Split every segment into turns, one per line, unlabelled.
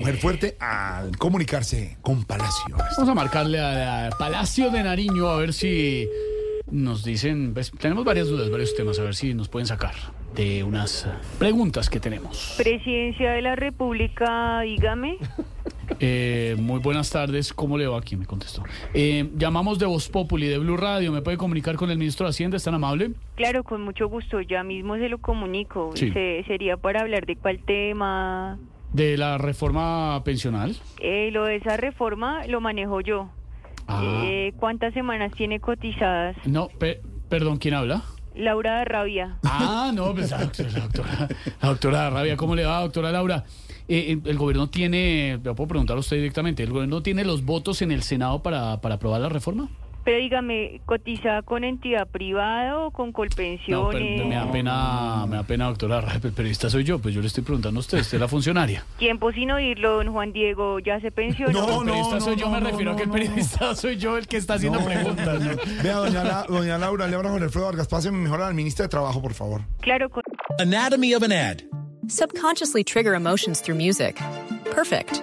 Mujer fuerte al comunicarse con Palacio.
Vamos a marcarle a, a Palacio de Nariño a ver si nos dicen. pues, tenemos varias dudas, varios temas, a ver si nos pueden sacar de unas eh, preguntas que tenemos.
Presidencia de la República, dígame.
Eh, muy buenas tardes, ¿cómo le va? ¿Quién me contestó? Eh, llamamos de Voz Populi, de Blue Radio. ¿Me puede comunicar con el ministro de Hacienda? ¿Es tan amable?
Claro, con mucho gusto, ya mismo se lo comunico.
Sí.
Se- sería para hablar de cuál tema.
De la reforma pensional.
Eh, lo de esa reforma lo manejo yo.
Ah.
Eh, ¿Cuántas semanas tiene cotizadas?
No, pe- perdón, ¿quién habla?
Laura de Rabia.
Ah, no, pues la doctora, la doctora, la doctora Rabia, ¿cómo le va, doctora Laura? Eh, eh, el gobierno tiene, le puedo preguntar a usted directamente, ¿el gobierno tiene los votos en el Senado para, para aprobar la reforma?
Pero dígame, ¿cotiza con entidad privada o con
No, pero
colpensiones?
me da pena, me da pena, doctora Rabia, pero periodista soy yo, pues yo le estoy preguntando a usted, usted es la funcionaria.
Tiempo sin oírlo, don Juan Diego, ya se pensionó.
No,
El periodista soy yo, me
no,
refiero a
no,
que el
no.
periodista soy yo el que está haciendo
No,
preguntas. ¿no?
no. Vea, doña, La- doña Laura, le abrazo a Alfredo Vargas. Pásenme mejor al ministro de Trabajo, por favor.
Claro, con-
Anatomy of an ad.
Subconsciously trigger emotions through music. Perfect.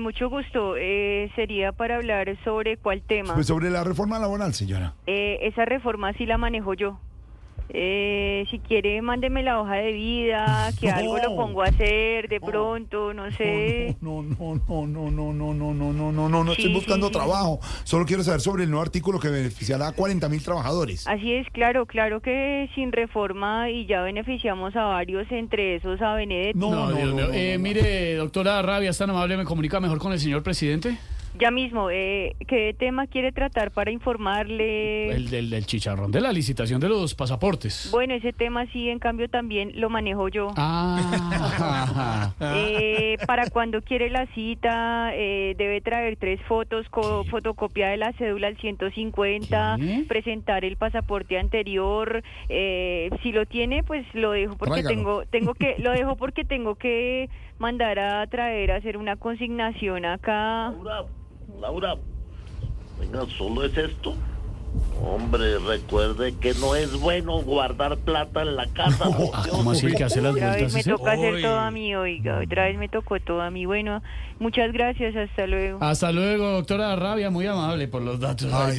mucho gusto. Eh, sería para hablar sobre cuál tema.
Pues sobre la reforma laboral, señora.
Eh, esa reforma sí la manejo yo. Eh, si quiere, mándeme la hoja de vida, que algo lo pongo a hacer de pronto, no sé.
No, no, no, no, no, no, no, no, no, no, no, no
Sí,
estoy
sí,
buscando
sí.
trabajo. Solo quiero saber sobre el nuevo artículo que beneficiará a 40 mil trabajadores.
Así es, claro, claro que sin reforma y ya beneficiamos a varios, entre esos a Benedetti.
No,
No,
no,
Dios
no,
mío.
no,
Eh,
no.
mire, doctora Rabia, es tan amable, me comunica mejor con el señor presidente,
Ya mismo, eh, ¿qué tema quiere tratar para informarle?
el del, del chicharrón, de la licitación de los pasaportes.
Bueno, ese tema sí, en cambio, también lo manejo yo.
Ah,
Eh, para cuando quiere la cita, eh, debe traer tres fotos, co- fotocopia de la cédula al 150,
¿Qué?
presentar el pasaporte anterior. eh, si lo tiene, pues lo dejo porque
Tráigalo.
tengo, tengo que, lo dejo porque tengo que mandar a traer a hacer una consignación acá.
Laura, Laura, venga, ¿solo es esto? Hombre, recuerde que no es bueno guardar plata en la casa. por
ah,
Dios.
¿cómo así que hace las
Otra vez
vueltas?
me
ese?
toca hacer
Uy.
todo a mí, oiga, otra vez me tocó todo a mí. Bueno, muchas gracias, hasta luego.
Hasta luego, doctora Rabia, muy amable por los datos.
Ay,